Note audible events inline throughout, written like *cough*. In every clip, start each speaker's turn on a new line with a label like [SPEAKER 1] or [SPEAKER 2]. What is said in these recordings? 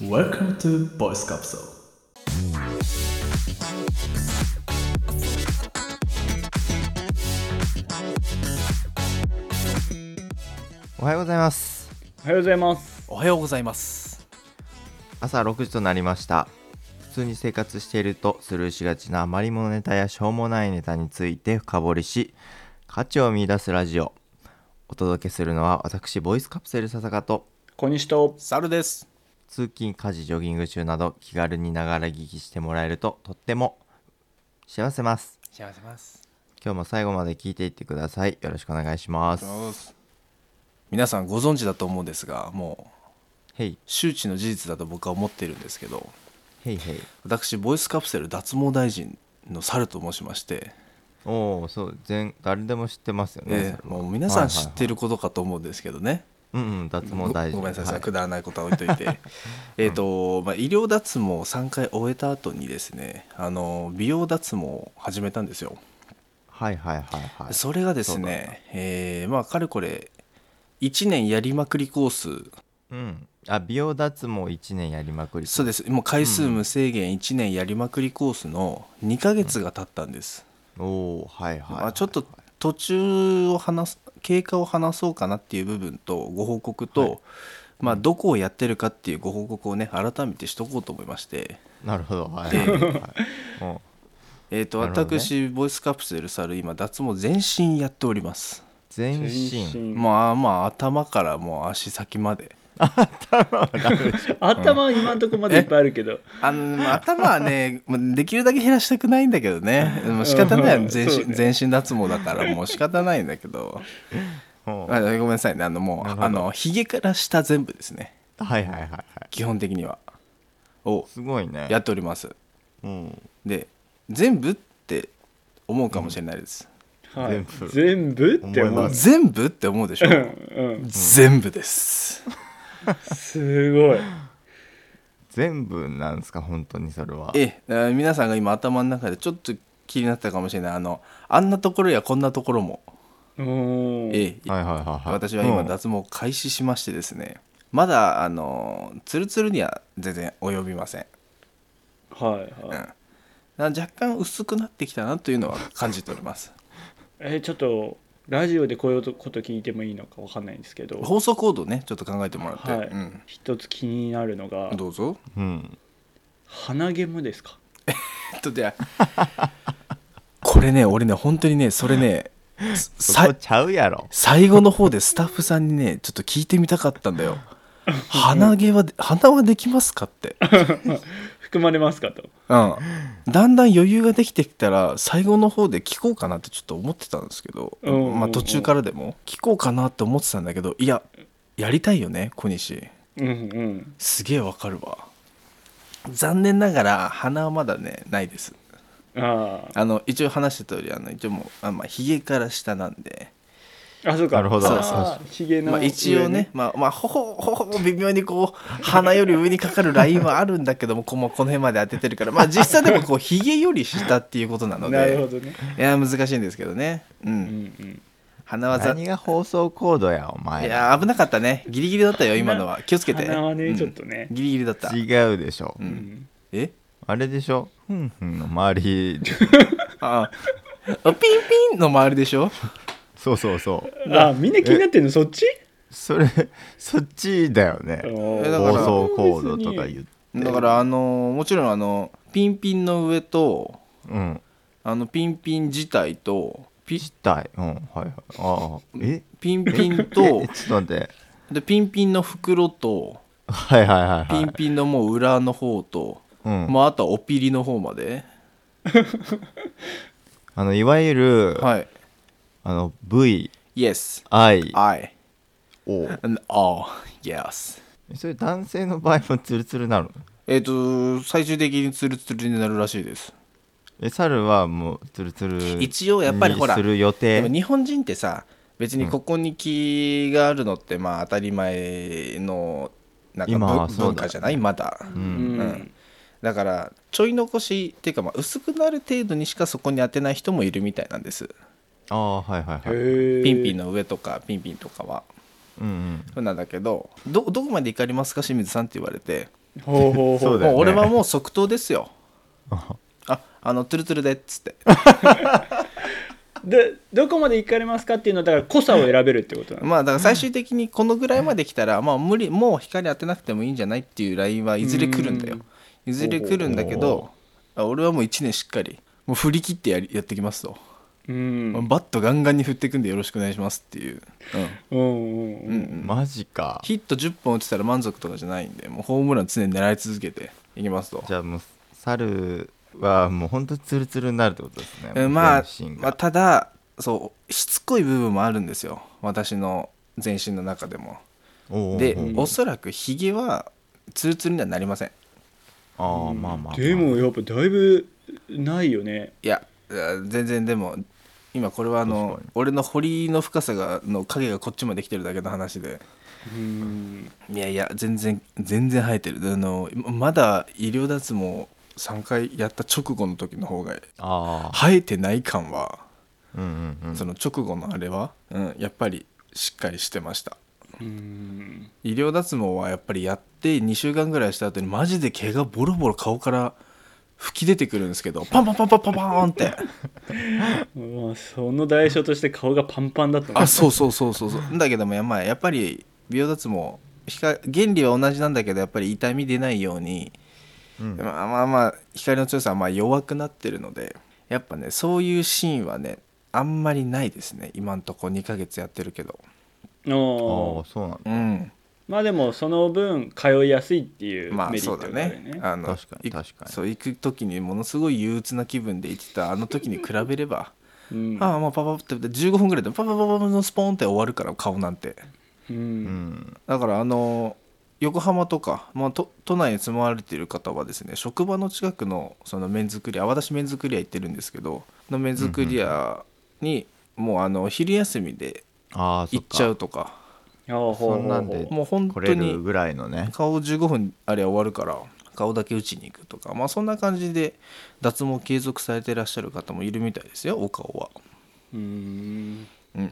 [SPEAKER 1] Welcome to Voice Capsule.
[SPEAKER 2] おはようございます
[SPEAKER 3] おはようございます。
[SPEAKER 4] おはようございます
[SPEAKER 2] 朝6時となりました普通に生活しているとスルーしがちな余り物ネタやしょうもないネタについて深掘りし価値を見出すラジオお届けするのは私ボイスカプセル笹香と
[SPEAKER 3] 小西と、
[SPEAKER 4] サルです
[SPEAKER 2] 通勤家事ジョギング中など気軽にながら聞きしてもらえるととっても幸せます
[SPEAKER 4] 幸せます
[SPEAKER 2] 今日も最後まで聞いていってくださいよろしくお願いします
[SPEAKER 4] 皆さんご存知だと思うんですがもう
[SPEAKER 2] へい
[SPEAKER 4] 周知の事実だと僕は思っているんですけど
[SPEAKER 2] へいへい
[SPEAKER 4] 私ボイスカプセル脱毛大臣のサルと申しまして、
[SPEAKER 2] おおそう全誰でも知ってますよね、
[SPEAKER 4] ええもう皆さん知って
[SPEAKER 2] る、
[SPEAKER 4] ることかと思うんですけどね、
[SPEAKER 2] うんうん脱毛大事
[SPEAKER 4] ごめんなさい、そ
[SPEAKER 2] は
[SPEAKER 4] れくだらないことは置いとい
[SPEAKER 2] *laughs*
[SPEAKER 4] てえっと、まあ、医療脱毛を3回終えた後にですねあの美容脱毛を始めたんですよ
[SPEAKER 2] はいはいはいはい
[SPEAKER 4] それがですね、えーまあかれこれ1年やりまくりコース
[SPEAKER 2] うん、あ美容脱毛1年やりまくり
[SPEAKER 4] そう
[SPEAKER 2] で
[SPEAKER 4] ですもう回数無制限1年やりまくりコースの2ヶ月が経ったんです、
[SPEAKER 2] おおはいはい、
[SPEAKER 4] まあ、ちょっと途中を話す経過を話そうかなっていう部分とご報告と、
[SPEAKER 2] はい
[SPEAKER 4] まあ、どこをやってるかっていうご報告をね改めてしとこうと思いまして、
[SPEAKER 2] なるほどはいはい、はいうん
[SPEAKER 4] えー、と
[SPEAKER 2] なるほどね
[SPEAKER 4] 私ボイスカプセル猿今脱毛全身やっております、
[SPEAKER 2] 全身
[SPEAKER 3] 身
[SPEAKER 4] まあまあ頭からもう足先まで
[SPEAKER 3] 頭は今んとこまでいっぱいあるけど、
[SPEAKER 4] あのまあ頭はね *laughs* まあできるだけ減らしたくないんだけどねもう仕方な
[SPEAKER 3] う
[SPEAKER 4] い
[SPEAKER 3] ん
[SPEAKER 4] 全
[SPEAKER 3] そう
[SPEAKER 4] 身,、
[SPEAKER 3] ね
[SPEAKER 4] 全身脱毛だからもう仕方ないんだけど
[SPEAKER 2] うん
[SPEAKER 4] あ
[SPEAKER 2] はい
[SPEAKER 4] ごめんなさいねあのもう
[SPEAKER 2] なるほど
[SPEAKER 4] あのひげから下全部ですね
[SPEAKER 2] はいはいはい
[SPEAKER 4] 基本的にはを
[SPEAKER 2] すごいね
[SPEAKER 4] やっております
[SPEAKER 2] うん、
[SPEAKER 4] で全部って思うかもしれないです、
[SPEAKER 3] はい
[SPEAKER 2] 全部
[SPEAKER 3] 全部って思
[SPEAKER 2] 思
[SPEAKER 3] う
[SPEAKER 2] いま。
[SPEAKER 4] 全部って思うでしょ、
[SPEAKER 3] うんうん
[SPEAKER 4] 全部です
[SPEAKER 3] すご
[SPEAKER 2] *laughs*
[SPEAKER 3] い。
[SPEAKER 2] 全部なんですか本当にそれは
[SPEAKER 4] ええあ皆さんが今頭の中でちょっと気になったかもしれないあのあんなところやこんなところも、
[SPEAKER 3] おー
[SPEAKER 4] ええ
[SPEAKER 2] はいはいはいはい
[SPEAKER 4] 私は今
[SPEAKER 2] うん
[SPEAKER 4] 脱毛を開始しましてですね、まだあのツルツルには全然及びません、
[SPEAKER 3] はいはい。
[SPEAKER 4] うん、若干薄くなってきたなというのは感じております
[SPEAKER 3] えーちょっとラジオでこういうこと聞いてもいいのかわかんないんですけど、
[SPEAKER 4] 放送コードねちょっと考えてもらって、
[SPEAKER 3] はい
[SPEAKER 4] うん、
[SPEAKER 3] 一つ気になるのが
[SPEAKER 4] どうぞ *laughs*
[SPEAKER 2] うん、
[SPEAKER 3] 鼻毛もですか。
[SPEAKER 4] えっとでこれね俺ね本当にねそれね
[SPEAKER 2] そ
[SPEAKER 4] さ
[SPEAKER 2] こちゃうやろ
[SPEAKER 4] 最後の方でスタッフさんにねちょっと聞いてみたかったんだよ鼻毛は鼻はできますかって
[SPEAKER 3] 含まれますかと。
[SPEAKER 4] うん、だんだん余裕ができてきたら最後の方で聞こうかなってちょっと思ってたんですけど、
[SPEAKER 3] うんうんうん
[SPEAKER 4] まあ、途中からでも聞こうかなって思ってたんだけどいややりたいよね小西
[SPEAKER 3] うんうん。
[SPEAKER 4] すげえわかるわ残念ながら鼻はまだねないです
[SPEAKER 3] あ
[SPEAKER 4] あの一応話した通りあの一応もうあまあひげから下なんで、
[SPEAKER 3] あ。あそうか。
[SPEAKER 2] なるほど
[SPEAKER 3] あーひげの
[SPEAKER 4] まあ、一応
[SPEAKER 3] 上
[SPEAKER 4] ね。まあまあほほほほ微妙にこう鼻より上にかかるラインはあるんだけどもこうもうこの辺まで当ててるからまあ実際でもこうひげより下っていうことなので
[SPEAKER 3] *laughs* なるほどね。
[SPEAKER 4] いや難しいんですけどねうん、
[SPEAKER 3] うんうん。
[SPEAKER 4] 鼻はざ
[SPEAKER 2] 何
[SPEAKER 4] い
[SPEAKER 2] が放送コードやお前ら
[SPEAKER 4] や危なかったねギリギリだったよ今のは気をつけて
[SPEAKER 3] 鼻はね、
[SPEAKER 4] うん
[SPEAKER 3] ちょっとね。
[SPEAKER 4] ギリギリだった
[SPEAKER 2] 違うでしょ、
[SPEAKER 4] う
[SPEAKER 3] うんん
[SPEAKER 4] え
[SPEAKER 2] あれでしょふんふんの周
[SPEAKER 4] *laughs*
[SPEAKER 2] り
[SPEAKER 4] ああピンピンの周りでしょ
[SPEAKER 2] そうそうそう
[SPEAKER 3] あみんな気になってんのそっち
[SPEAKER 2] それそっちだよね
[SPEAKER 3] お
[SPEAKER 4] えだ
[SPEAKER 3] ー
[SPEAKER 4] か
[SPEAKER 2] 放
[SPEAKER 4] ら
[SPEAKER 2] 送コードとか言って
[SPEAKER 4] だからあのもちろんあのピンピンの上と
[SPEAKER 2] うん
[SPEAKER 4] あのピンピン自体とピ
[SPEAKER 2] 自体うんはいはいああ
[SPEAKER 4] *laughs*
[SPEAKER 2] え
[SPEAKER 4] ピンピンと
[SPEAKER 2] えちょっと待って
[SPEAKER 4] でピンピンの袋と
[SPEAKER 2] はいはいはいは
[SPEAKER 4] ピ
[SPEAKER 2] い
[SPEAKER 4] ンピンのもう裏の方と、
[SPEAKER 2] うん
[SPEAKER 4] まああとはおピリの方まで
[SPEAKER 2] あのいわゆる、
[SPEAKER 4] はい
[SPEAKER 2] あの VI
[SPEAKER 4] Yes
[SPEAKER 2] お
[SPEAKER 4] I and all Yes
[SPEAKER 2] それ男性の場合もツルツルなの
[SPEAKER 4] えっ、と最終的にツルツルになるらしいです
[SPEAKER 2] え猿はもうツルツル
[SPEAKER 4] 一応やっぱりほら
[SPEAKER 2] にする予
[SPEAKER 4] でも
[SPEAKER 2] 定
[SPEAKER 4] 日本人ってさ別にここに気があるのってまあ当たり前のなんか
[SPEAKER 2] 今は
[SPEAKER 4] ぶ
[SPEAKER 2] そうだ
[SPEAKER 4] 文化じゃないまだ、
[SPEAKER 2] うん
[SPEAKER 3] うん
[SPEAKER 4] だからちょい残しっていうかまあ薄くなる程度にしかそこに当てない人もいるみたいなんです
[SPEAKER 2] ああはいはいはい
[SPEAKER 3] ピ
[SPEAKER 4] ピンピンの上とかピンピンとかは
[SPEAKER 2] うん
[SPEAKER 4] そうなんだけどどどこまで怒りますか清水さんって言われて
[SPEAKER 3] ほうほうほ
[SPEAKER 2] そう
[SPEAKER 3] う
[SPEAKER 2] だよね
[SPEAKER 4] もう俺はもう即答ですよああのトゥルトゥルでっつって
[SPEAKER 3] でどこまで行かれますかっていうのはだから濃さを選べるってことなの、
[SPEAKER 4] まあだから最終的にこのぐらいまで来たら、まあ無理もう光当てなくてもいいんじゃないっていうラインはいずれ来るんだよ
[SPEAKER 3] うん
[SPEAKER 4] いずれ来るんだけどあ俺はもう1年しっかりもう振り切ってやりやってきますと、
[SPEAKER 3] うんうん
[SPEAKER 4] バットガンガンに振っていくんでよろしくお願いしますっていう、うん
[SPEAKER 3] うんう
[SPEAKER 2] *laughs*
[SPEAKER 3] ん
[SPEAKER 2] マジか
[SPEAKER 4] ヒット10本打ってたら満足とかじゃないんでもうホームラン常に狙い続けていきますと
[SPEAKER 2] じゃあもう猿はもうほんとツルツルになるってことですね
[SPEAKER 4] えーまあ
[SPEAKER 2] 全身、
[SPEAKER 4] まあ
[SPEAKER 2] が
[SPEAKER 4] ただそうしつこい部分もあるんですよ私の全身の中でも
[SPEAKER 2] おうおうおう
[SPEAKER 4] でおそらくヒゲはツルツルにはなりません
[SPEAKER 2] ああまあまあまあ
[SPEAKER 3] でもやっぱだいぶないよね
[SPEAKER 4] いやいや全然でも今これはあの
[SPEAKER 2] 確か
[SPEAKER 4] 俺の堀の深さがの影がこっちまで来てるだけの話で
[SPEAKER 3] うん
[SPEAKER 4] いやいや全然全然生えてるあのまだ医療脱毛3回やった直後の時の方が
[SPEAKER 2] ああ
[SPEAKER 4] 生えてない感は
[SPEAKER 2] うんうんうん
[SPEAKER 4] その直後のあれは、うん、やっぱりしっかりしてました
[SPEAKER 3] うん
[SPEAKER 4] 医療脱毛はやっぱりやって2週間ぐらいした後にマジで毛がボロボロ顔から吹き出てくるんですけどパンパンパンパンパンパンって
[SPEAKER 3] まあその代償として顔がパンパンだったの
[SPEAKER 4] あそうそうそうそうそうだけどもや,、まあ、やっぱり美容脱毛光原理は同じなんだけどやっぱり痛み出ないように、
[SPEAKER 2] うん
[SPEAKER 4] まあまあまあ光の強さはまあ弱くなってるのでやっぱねそういうシーンはねあんまりないですね今んとこ2ヶ月やってるけど
[SPEAKER 2] あ
[SPEAKER 3] お
[SPEAKER 2] あ
[SPEAKER 3] ー
[SPEAKER 2] そうなんだ
[SPEAKER 4] うん
[SPEAKER 3] まあでもその分通いやすいっていう
[SPEAKER 4] まあ
[SPEAKER 3] メリ
[SPEAKER 4] そ
[SPEAKER 3] ッ
[SPEAKER 4] うだ
[SPEAKER 3] トがあるよね,、
[SPEAKER 4] ねあの
[SPEAKER 2] 確かに
[SPEAKER 4] い
[SPEAKER 2] 確かに
[SPEAKER 4] そう行く時にものすごい憂鬱な気分で行ってたあの時に比べれば、
[SPEAKER 3] うん
[SPEAKER 4] ああもうパパパって15分ぐらいでパパパパパのスポンって終わるから顔なんて
[SPEAKER 2] う
[SPEAKER 3] う
[SPEAKER 2] んん
[SPEAKER 4] だからあの横浜とか、まあ、都都内に住まわれている方はですね職場の近くのその麺作り屋私麺作り屋行ってるんですけどの麺作り屋にもうあの昼休みで
[SPEAKER 2] ああそ
[SPEAKER 4] 行
[SPEAKER 2] っ
[SPEAKER 4] っちゃ
[SPEAKER 2] か
[SPEAKER 4] うとか
[SPEAKER 3] あーほうほうほう
[SPEAKER 2] そんなんで
[SPEAKER 4] もう本
[SPEAKER 2] 来
[SPEAKER 4] 当
[SPEAKER 2] れる
[SPEAKER 4] に
[SPEAKER 2] ぐらいのね
[SPEAKER 4] 顔15分あれ終わるから顔だけ打ちに行くとかまあそんな感じで脱毛継続されてらっしゃる方もいるみたいですよお顔は。
[SPEAKER 3] うん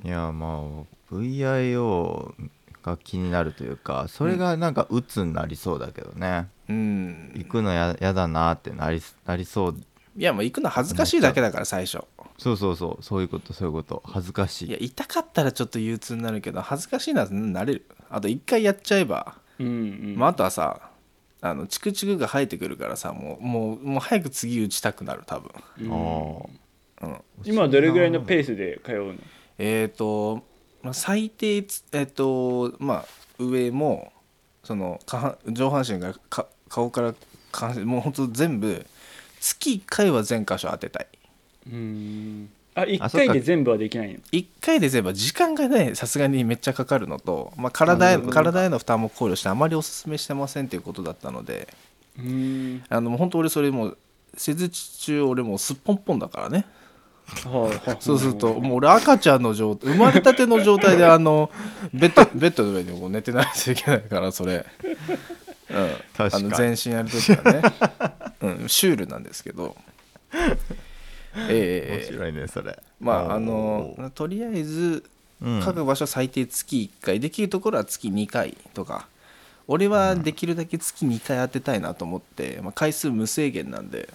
[SPEAKER 2] いやまあ VIO が気になるというかそれがなんか鬱になりそうだけどね、
[SPEAKER 4] うん、
[SPEAKER 2] 行くのややだなってなりなりそう
[SPEAKER 4] いやもう行くの恥ずかしいだけだから最初
[SPEAKER 2] そうそうそうそういうことそういうこと恥ずかし
[SPEAKER 4] い
[SPEAKER 2] い
[SPEAKER 4] や痛かったらちょっと憂鬱になるけど恥ずかしいならなれるあと一回やっちゃえば、
[SPEAKER 3] うんうん
[SPEAKER 4] まあ、あとはさあのチクチクが生えてくるからさもうもうもう早く次打ちたくなる多分
[SPEAKER 3] うん
[SPEAKER 2] あー
[SPEAKER 3] 今どれぐらいのペースで通うの
[SPEAKER 4] えっ、と、まあ、最低つえっ、とまあ上もその下半上半身からか顔から下半身もうほんと全部月1回は全箇所当てたい
[SPEAKER 3] うんあ一
[SPEAKER 2] あそっ
[SPEAKER 3] 回
[SPEAKER 2] か
[SPEAKER 3] で全部はできないの
[SPEAKER 4] 1回で全部時間がねさすがにめっちゃかかるのと、まあ、体へ
[SPEAKER 3] なるほど
[SPEAKER 4] 体への負担も考慮してあまりおすすめしてませんということだったので
[SPEAKER 3] うん
[SPEAKER 4] あの本当俺それもう施術中俺もうすっぽんぽんだからねそうするともう俺赤ちゃんの状態生まれたての状態であのベッドベッドの上にこう寝てないといけないからそれ、うん、
[SPEAKER 2] 確かに
[SPEAKER 4] あの全身やる時はね、うん、シュールなんですけどええ
[SPEAKER 2] 面白いねそれ
[SPEAKER 4] まああのとりあえず
[SPEAKER 2] うん
[SPEAKER 4] 各場所最低月1回、できるところは月2回とか俺はできるだけ月2回当てたいなと思って、まあ、回数無制限なんで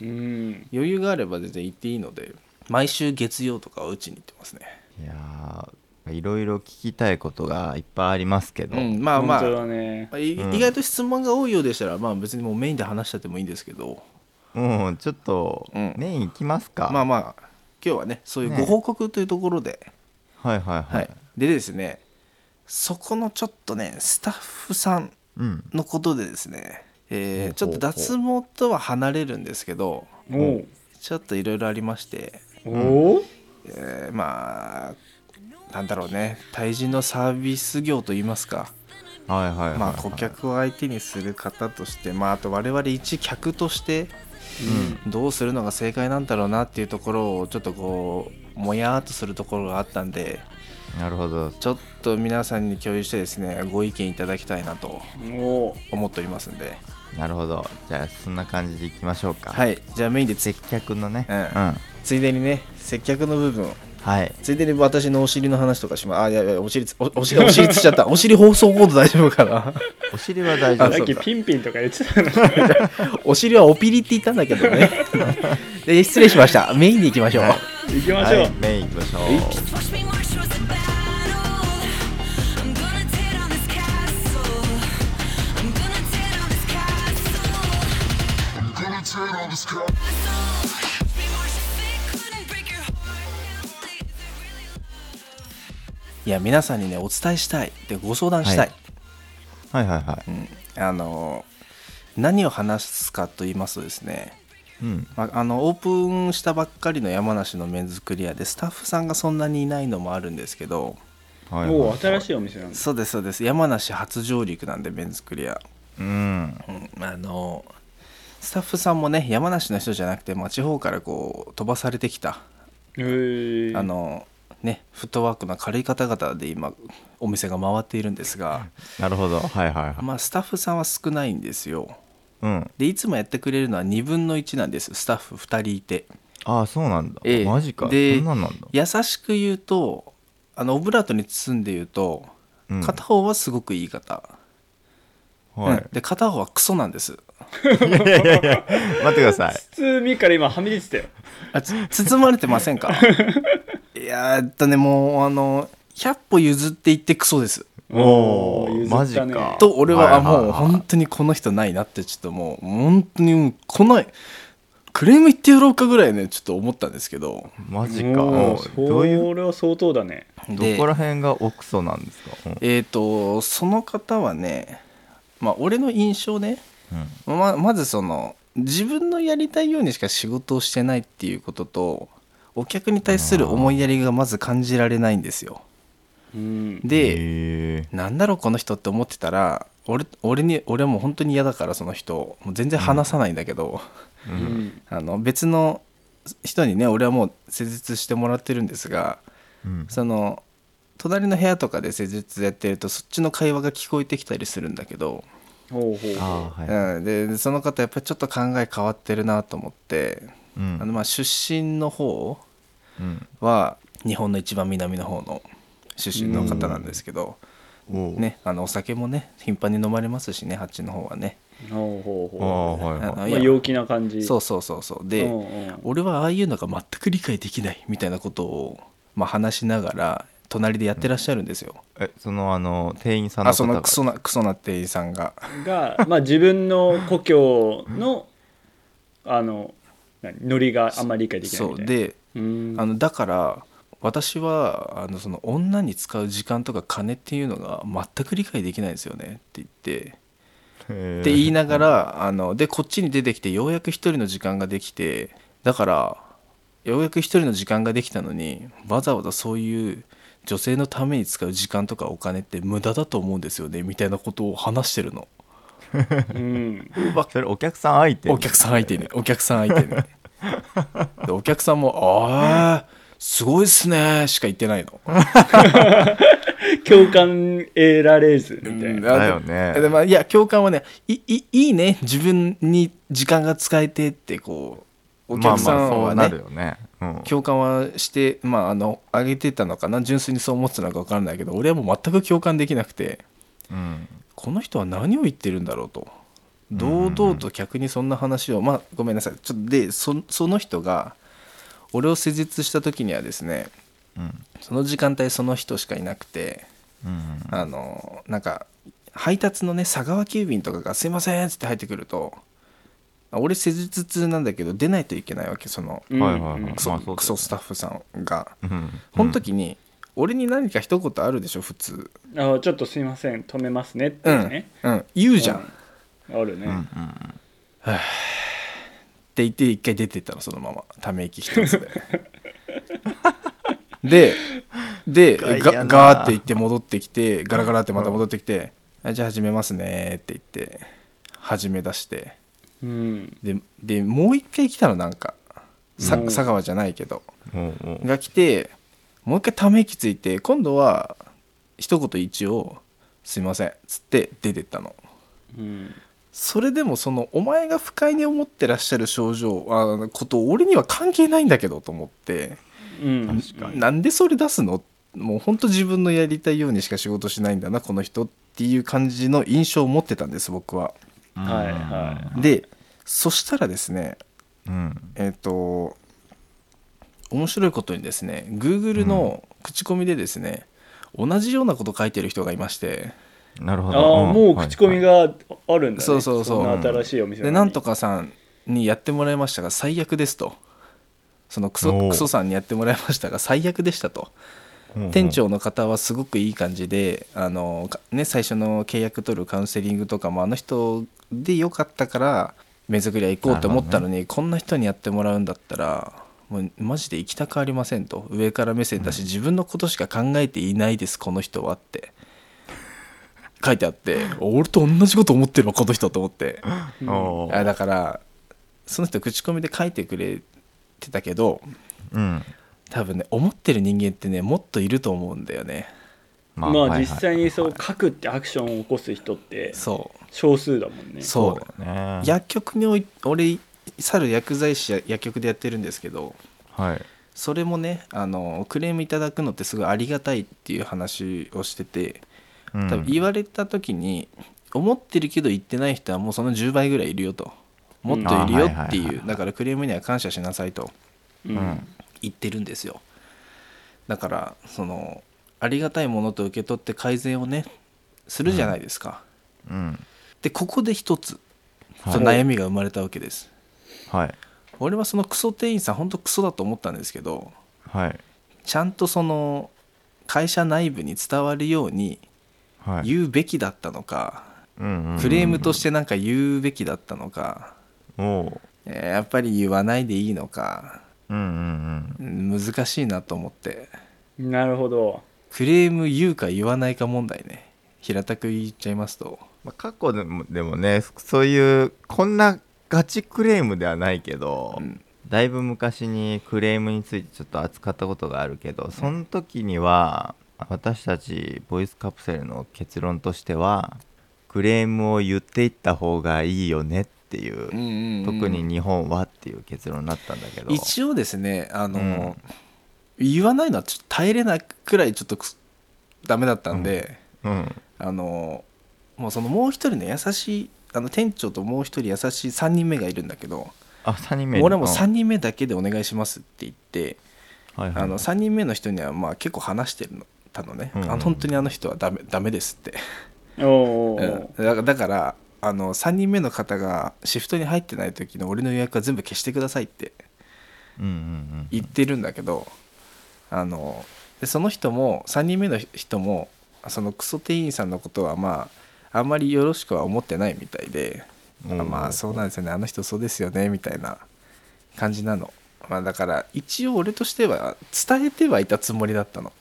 [SPEAKER 3] うん
[SPEAKER 4] 余裕があれば全然行っていいので毎週月曜とかは打ちに行ってますね、
[SPEAKER 2] いやーいろいろ聞きたいことがいっぱいありますけど、
[SPEAKER 4] うん、まあ
[SPEAKER 3] 本
[SPEAKER 4] ま
[SPEAKER 3] 当
[SPEAKER 4] あ
[SPEAKER 3] だね
[SPEAKER 4] い意外と質問が多いようでしたら、まあ、別にもうメインで話したってもいいんですけど
[SPEAKER 2] もうちょっと
[SPEAKER 4] うん
[SPEAKER 2] メインいきますか、
[SPEAKER 4] まあまあ今日はねそういう
[SPEAKER 2] ね
[SPEAKER 4] ご報告というところで、
[SPEAKER 2] はいはいはい、
[SPEAKER 4] はい、でですねそこのちょっとねスタッフさん
[SPEAKER 2] うん
[SPEAKER 4] のことでですね、えーち
[SPEAKER 2] ほ
[SPEAKER 4] ょ
[SPEAKER 2] う
[SPEAKER 4] っ
[SPEAKER 2] ほ
[SPEAKER 4] と
[SPEAKER 2] う
[SPEAKER 4] 脱毛とは離れるんですけど
[SPEAKER 3] おう
[SPEAKER 4] ちょっといろいろありまして、
[SPEAKER 3] おう
[SPEAKER 4] えーまあなんだろうね対人のサービス業といいますか、
[SPEAKER 2] はいはいはいはい
[SPEAKER 4] まあ、顧客を相手にする方として、まあ、あと我々一客としてどうするのが正解なんだろうなっていうところをちょっとこうもやーっとするところがあったんで
[SPEAKER 2] なるほど
[SPEAKER 4] ちょっと皆さんに共有してですねご意見いただきたいなと
[SPEAKER 3] おう
[SPEAKER 4] 思っておりますんで
[SPEAKER 2] なるほどじゃあそんな感じでいきましょうか
[SPEAKER 4] はいいじゃあメインでつ
[SPEAKER 2] 接客のね
[SPEAKER 4] うんついでにね接客の部分を
[SPEAKER 2] いはい
[SPEAKER 4] ついでに私のお尻の話とかしますあいやいやお尻つおお尻お尻つっちゃ *laughs* ったお尻放送コード大丈夫かな *laughs*
[SPEAKER 2] お尻は大丈
[SPEAKER 4] あ
[SPEAKER 2] 夫
[SPEAKER 4] そ
[SPEAKER 3] さ
[SPEAKER 4] うだ
[SPEAKER 3] っきピンピンとか言って
[SPEAKER 4] *laughs*
[SPEAKER 3] たの
[SPEAKER 4] お尻はおピリって言ったんだけどね *laughs* で失礼しましたメインに行きましょう、
[SPEAKER 3] 行きま
[SPEAKER 2] は
[SPEAKER 3] しょう、
[SPEAKER 2] いメイン行きましょう
[SPEAKER 5] Watch me march towards the battle. I'm gonna tear down this castle. I'm gonna tear down this castle.
[SPEAKER 6] gonna turn on this cop.
[SPEAKER 5] Castle. We marched thick, couldn't break your heart. Is it really love?
[SPEAKER 4] いや皆さんにねお伝えしたいでご相談したい、
[SPEAKER 2] はいはいはい
[SPEAKER 4] あの何を話すかと言いますとですね
[SPEAKER 2] うん
[SPEAKER 4] まあ、あのオープンしたばっかりの山梨のメンズクリアでスタッフさんがそんなにいないのもあるんですけど
[SPEAKER 2] はい
[SPEAKER 3] も
[SPEAKER 2] は
[SPEAKER 3] う新しいお店なんです
[SPEAKER 4] そうですそうです山梨初上陸なんでメンズクリア、
[SPEAKER 2] いうん
[SPEAKER 4] うん、あのスタッフさんもね山梨の人じゃなくて、まあ、地方からこう飛ばされてきた
[SPEAKER 3] へー
[SPEAKER 4] あのねフットワークの軽い方々で今お店が回っているんですが、
[SPEAKER 2] なるほどはいはいはい
[SPEAKER 4] まあ、スタッフさんは少ないんですよ
[SPEAKER 2] うん
[SPEAKER 4] でいつもやってくれるのは2分の1なんですスタッフ2人いて
[SPEAKER 2] ああそうなんだ
[SPEAKER 4] ええ
[SPEAKER 2] マジかそ
[SPEAKER 4] で
[SPEAKER 2] んなんなんだ
[SPEAKER 4] 優しく言うとあのオブラートに包んで言うと、
[SPEAKER 2] うん
[SPEAKER 4] 片方はすごくいい方、
[SPEAKER 2] は
[SPEAKER 4] うんで片方はクソなんです
[SPEAKER 2] いい *laughs* やいやいやいや待ってください
[SPEAKER 3] 包みから今はみ出てたよ
[SPEAKER 4] あつ *laughs* 包まれてませんかいやーえっとねもうあの100歩譲って言ってクソです
[SPEAKER 2] おお
[SPEAKER 3] *laughs* おー
[SPEAKER 2] マジ
[SPEAKER 3] 譲った
[SPEAKER 2] か
[SPEAKER 3] ね
[SPEAKER 4] と俺は,、
[SPEAKER 2] いいい
[SPEAKER 4] もう本当にこの人ないなってちょっともう本当にもう来ないクレーム言ってやろうかぐらいねちょっと思ったんですけど
[SPEAKER 2] マジか
[SPEAKER 3] も
[SPEAKER 2] も
[SPEAKER 3] う
[SPEAKER 2] うどういう
[SPEAKER 3] それは相当だね
[SPEAKER 2] ど
[SPEAKER 4] で
[SPEAKER 2] こら辺が奥ソなんですかうん
[SPEAKER 4] えっ、とその方はねまあ俺の印象ね
[SPEAKER 2] うん
[SPEAKER 4] ままずその自分のやりたいようにしか仕事をしてないっていうこととお客に対する思いやりがまず感じられないんですよ
[SPEAKER 3] うん
[SPEAKER 4] で
[SPEAKER 2] へえ
[SPEAKER 4] なんだろうこの人って思ってたら俺俺に俺はもう本当に嫌だからその人もう全然話さないんだけど、
[SPEAKER 3] うん
[SPEAKER 4] あの別の人にね俺はもう施術してもらってるんですが
[SPEAKER 2] うん
[SPEAKER 4] その隣の部屋とかで施術やってるとそっちの会話が聞こえてきたりするんだけど、
[SPEAKER 3] ほうほう
[SPEAKER 2] あ
[SPEAKER 3] ほ
[SPEAKER 2] あはい
[SPEAKER 4] うん、でその方やっぱりちょっと考え変わってるなと思って
[SPEAKER 2] う
[SPEAKER 4] あの
[SPEAKER 2] ん
[SPEAKER 4] まあ出身の方
[SPEAKER 2] うん
[SPEAKER 4] は日本の一番南の方の出身の方なんですけど、
[SPEAKER 2] おう
[SPEAKER 4] ね、あのお酒もね頻繁に飲まれますしねハッチの方はね、
[SPEAKER 3] うほうほう
[SPEAKER 2] あ
[SPEAKER 3] ほ
[SPEAKER 2] あはい
[SPEAKER 4] あ
[SPEAKER 2] は
[SPEAKER 4] の
[SPEAKER 3] う
[SPEAKER 4] い
[SPEAKER 3] ま
[SPEAKER 4] や
[SPEAKER 3] あ陽気な感じ
[SPEAKER 4] そうそうそうそうで、
[SPEAKER 3] うんうん
[SPEAKER 4] 俺はああいうのが全く理解できないみたいなことを、まあ、話しながら隣でやってらっしゃるんですよ、
[SPEAKER 2] いえそのあの店員さんの
[SPEAKER 4] あ
[SPEAKER 2] 方
[SPEAKER 4] その
[SPEAKER 2] が
[SPEAKER 4] クソなクソな店員さんが
[SPEAKER 3] が、まあ、自分の故郷のあの何ノリがあんまり理解できない
[SPEAKER 4] そ
[SPEAKER 3] みた
[SPEAKER 4] う
[SPEAKER 3] いな
[SPEAKER 4] で
[SPEAKER 3] うん
[SPEAKER 4] あのだから私はあのその女に使う時間とか金っていうのが全く理解できないんですよねって言って
[SPEAKER 2] へえ
[SPEAKER 4] って言いながらあのでこっちに出てきてようやく一人の時間ができてだからようやく一人の時間ができたのにわざわざそういう女性のために使う時間とかお金って無駄だと思うんですよねみたいなことを話してるの
[SPEAKER 3] うん
[SPEAKER 2] それお客さん相手
[SPEAKER 4] お客さん相手にねお客さん相手にねでお客さんも「ああすごいっすね」しか言ってないの
[SPEAKER 3] 共感得られずみたいな、
[SPEAKER 2] だよね
[SPEAKER 4] でまあ、いや共感はねいいいいね自分に時間が使えてってこうお客さん
[SPEAKER 2] まあま
[SPEAKER 4] はね、
[SPEAKER 2] あそうなるよねうん
[SPEAKER 4] 共感はしてまああの上げてたのかな純粋にそう思ってたのか分からないけど俺はもう全く共感できなくて
[SPEAKER 2] うん
[SPEAKER 4] この人は何を言ってるんだろうと堂々と客にそんな話をまあごめんなさいちょっとでそその人が俺を施術した時にはですね
[SPEAKER 2] うん
[SPEAKER 4] その時間帯その人しかいなくて
[SPEAKER 2] うん
[SPEAKER 4] あのなんか配達のね佐川急便とかが「すいません」っつって入ってくると俺施術中なんだけど出ないといけないわけその
[SPEAKER 3] うん
[SPEAKER 2] はいはいはい
[SPEAKER 4] クソ,、
[SPEAKER 2] まあそうだよね
[SPEAKER 4] クソスタッフさんが。
[SPEAKER 2] うん
[SPEAKER 4] この時に、俺に何か一言あるでしょ普通、
[SPEAKER 3] あちょっとすいません止めますねっていうね、
[SPEAKER 4] うん、言うじゃん、っ
[SPEAKER 3] あるね、
[SPEAKER 4] て言って一回出てったのそのままため息一つ
[SPEAKER 2] *laughs*
[SPEAKER 4] ででで
[SPEAKER 2] 害や
[SPEAKER 4] ガ
[SPEAKER 2] な
[SPEAKER 4] ガーって言って戻ってきてガラガラってまた戻ってきて「あじゃあ始めますね」って言って始め出して
[SPEAKER 3] うん
[SPEAKER 4] ででもう一回来たのなんかさ
[SPEAKER 3] うん
[SPEAKER 4] 佐川じゃないけど
[SPEAKER 2] おうおう
[SPEAKER 4] が来てもう一回ため息ついて今度は一言一応「すいません」っつって出てったの。
[SPEAKER 3] うん
[SPEAKER 4] それでもそのお前が不快に思ってらっしゃる症状あこと俺には関係ないんだけどと思って
[SPEAKER 3] うん
[SPEAKER 4] なんでそれ出すのもうほんと自分のやりたいようにしか仕事しないんだなこの人っていう感じの印象を持ってたんです僕は。
[SPEAKER 3] はいは
[SPEAKER 4] でそしたらですね
[SPEAKER 2] うん
[SPEAKER 4] えっ、と面白いことにですね Google の口コミでですね、同じようなこと書いてる人がいまして
[SPEAKER 2] なるほ
[SPEAKER 3] あ
[SPEAKER 2] ど
[SPEAKER 3] あ
[SPEAKER 2] ん
[SPEAKER 3] もう口コミ
[SPEAKER 2] は
[SPEAKER 3] があるんだね
[SPEAKER 4] そうそうそうん
[SPEAKER 3] な新しいお店
[SPEAKER 4] でなんと
[SPEAKER 3] か
[SPEAKER 4] かさんにやってもらいましたが最悪ですとそのク
[SPEAKER 2] お
[SPEAKER 4] ソ
[SPEAKER 2] う
[SPEAKER 4] クソさんにやってもらいましたが最悪でしたと
[SPEAKER 2] いはい
[SPEAKER 4] 店長の方はすごくいい感じであの、かね、最初の契約取るカウンセリングとかもあの人でよかったから目作りは行こうと思ったのに、こんな人にやってもらうんだったらもうマジで行きたくありませんと上から目線だし、自分のことしか考えていないですこの人はって書いてあって俺と同じこと思ってるわこの人と思って
[SPEAKER 2] うんおー
[SPEAKER 4] あだからその人口コミで書いてくれてたけど
[SPEAKER 2] うん
[SPEAKER 4] 多分ね思ってる人間ってねもっといると思うんだよね
[SPEAKER 2] ま
[SPEAKER 3] まあ、
[SPEAKER 2] はいはい
[SPEAKER 3] 実際にそう書くってアクションを起こす人って
[SPEAKER 4] そう
[SPEAKER 3] 少数だもんね
[SPEAKER 4] そう
[SPEAKER 2] そうだよね
[SPEAKER 4] 薬局におい俺猿薬剤師や薬局でやってるんですけど
[SPEAKER 2] はい
[SPEAKER 4] それもねあのクレームいただくのってすごいありがたいっていう話をしてて
[SPEAKER 2] 多
[SPEAKER 4] 多分言われた時に、思ってるけど言ってない人はもうその10倍ぐらいいるよともっといる
[SPEAKER 2] うんあーはい
[SPEAKER 4] よって
[SPEAKER 2] はいはい
[SPEAKER 4] い
[SPEAKER 2] は
[SPEAKER 4] うだからクレームには感謝しなさいと
[SPEAKER 2] う
[SPEAKER 3] う
[SPEAKER 2] ん
[SPEAKER 3] ん
[SPEAKER 4] 言ってるんですよだからそのありがたいものと受け取って改善をねするじゃないですか、
[SPEAKER 2] うん
[SPEAKER 4] でここで一つ
[SPEAKER 2] はい
[SPEAKER 4] その悩みが生まれたわけです、
[SPEAKER 2] はい
[SPEAKER 4] 俺はそのクソ店員さん本当クソだと思ったんですけど
[SPEAKER 2] はい
[SPEAKER 4] ちゃんとその会社内部に伝わるように
[SPEAKER 2] はい
[SPEAKER 4] 言うべきだったのか、
[SPEAKER 2] うんうん
[SPEAKER 4] クレームとしてなんか言うべきだったのか、
[SPEAKER 2] おう
[SPEAKER 4] えーやっぱり言わないでいいのか
[SPEAKER 2] うんうん
[SPEAKER 4] うん難しいなと思って
[SPEAKER 3] なるほど
[SPEAKER 4] クレーム言うか言わないか問題ね平たく言っちゃいますと
[SPEAKER 2] まあ、過去でもでもねそういうこんなガチクレームではないけど、
[SPEAKER 4] うん
[SPEAKER 2] だいぶ昔にクレームについてちょっと扱ったことがあるけどその時には私たちボイスカプセルの結論としてはクレームを言っていった方がいいよねっていう、特に日本はっていう結論になったんだけど
[SPEAKER 4] 一応ですねあの、言わないのはちょっと耐えれないくらいちょっとくすダメだったんで、
[SPEAKER 2] うん
[SPEAKER 4] あのもうそのもう一人の優しいあの店長ともう一人優しい3人目がいるんだけど
[SPEAKER 2] あ3人目
[SPEAKER 4] 俺はもう3
[SPEAKER 2] 三
[SPEAKER 4] 人目だけでお願いしますって言って、
[SPEAKER 2] はいはい
[SPEAKER 4] あの3人目の人にはまあ結構話してるのたのね、
[SPEAKER 2] うんうん
[SPEAKER 4] あの本当にあの人はダメダメですって、
[SPEAKER 3] おーおー
[SPEAKER 4] う
[SPEAKER 3] お
[SPEAKER 4] んだからだからあの3人目の方がシフトに入ってない時の俺の予約は全部消してくださいって
[SPEAKER 2] うんうん
[SPEAKER 4] 言ってるんだけどあのでその人も3人目の人もそのクソ店員さんのことはまああんまりよろしくは思ってないみたいで、
[SPEAKER 2] うん
[SPEAKER 4] あまあそうなんですよねあの人そうですよねみたいな感じなの、まあ、だから一応俺としては伝えてはいたつもりだったの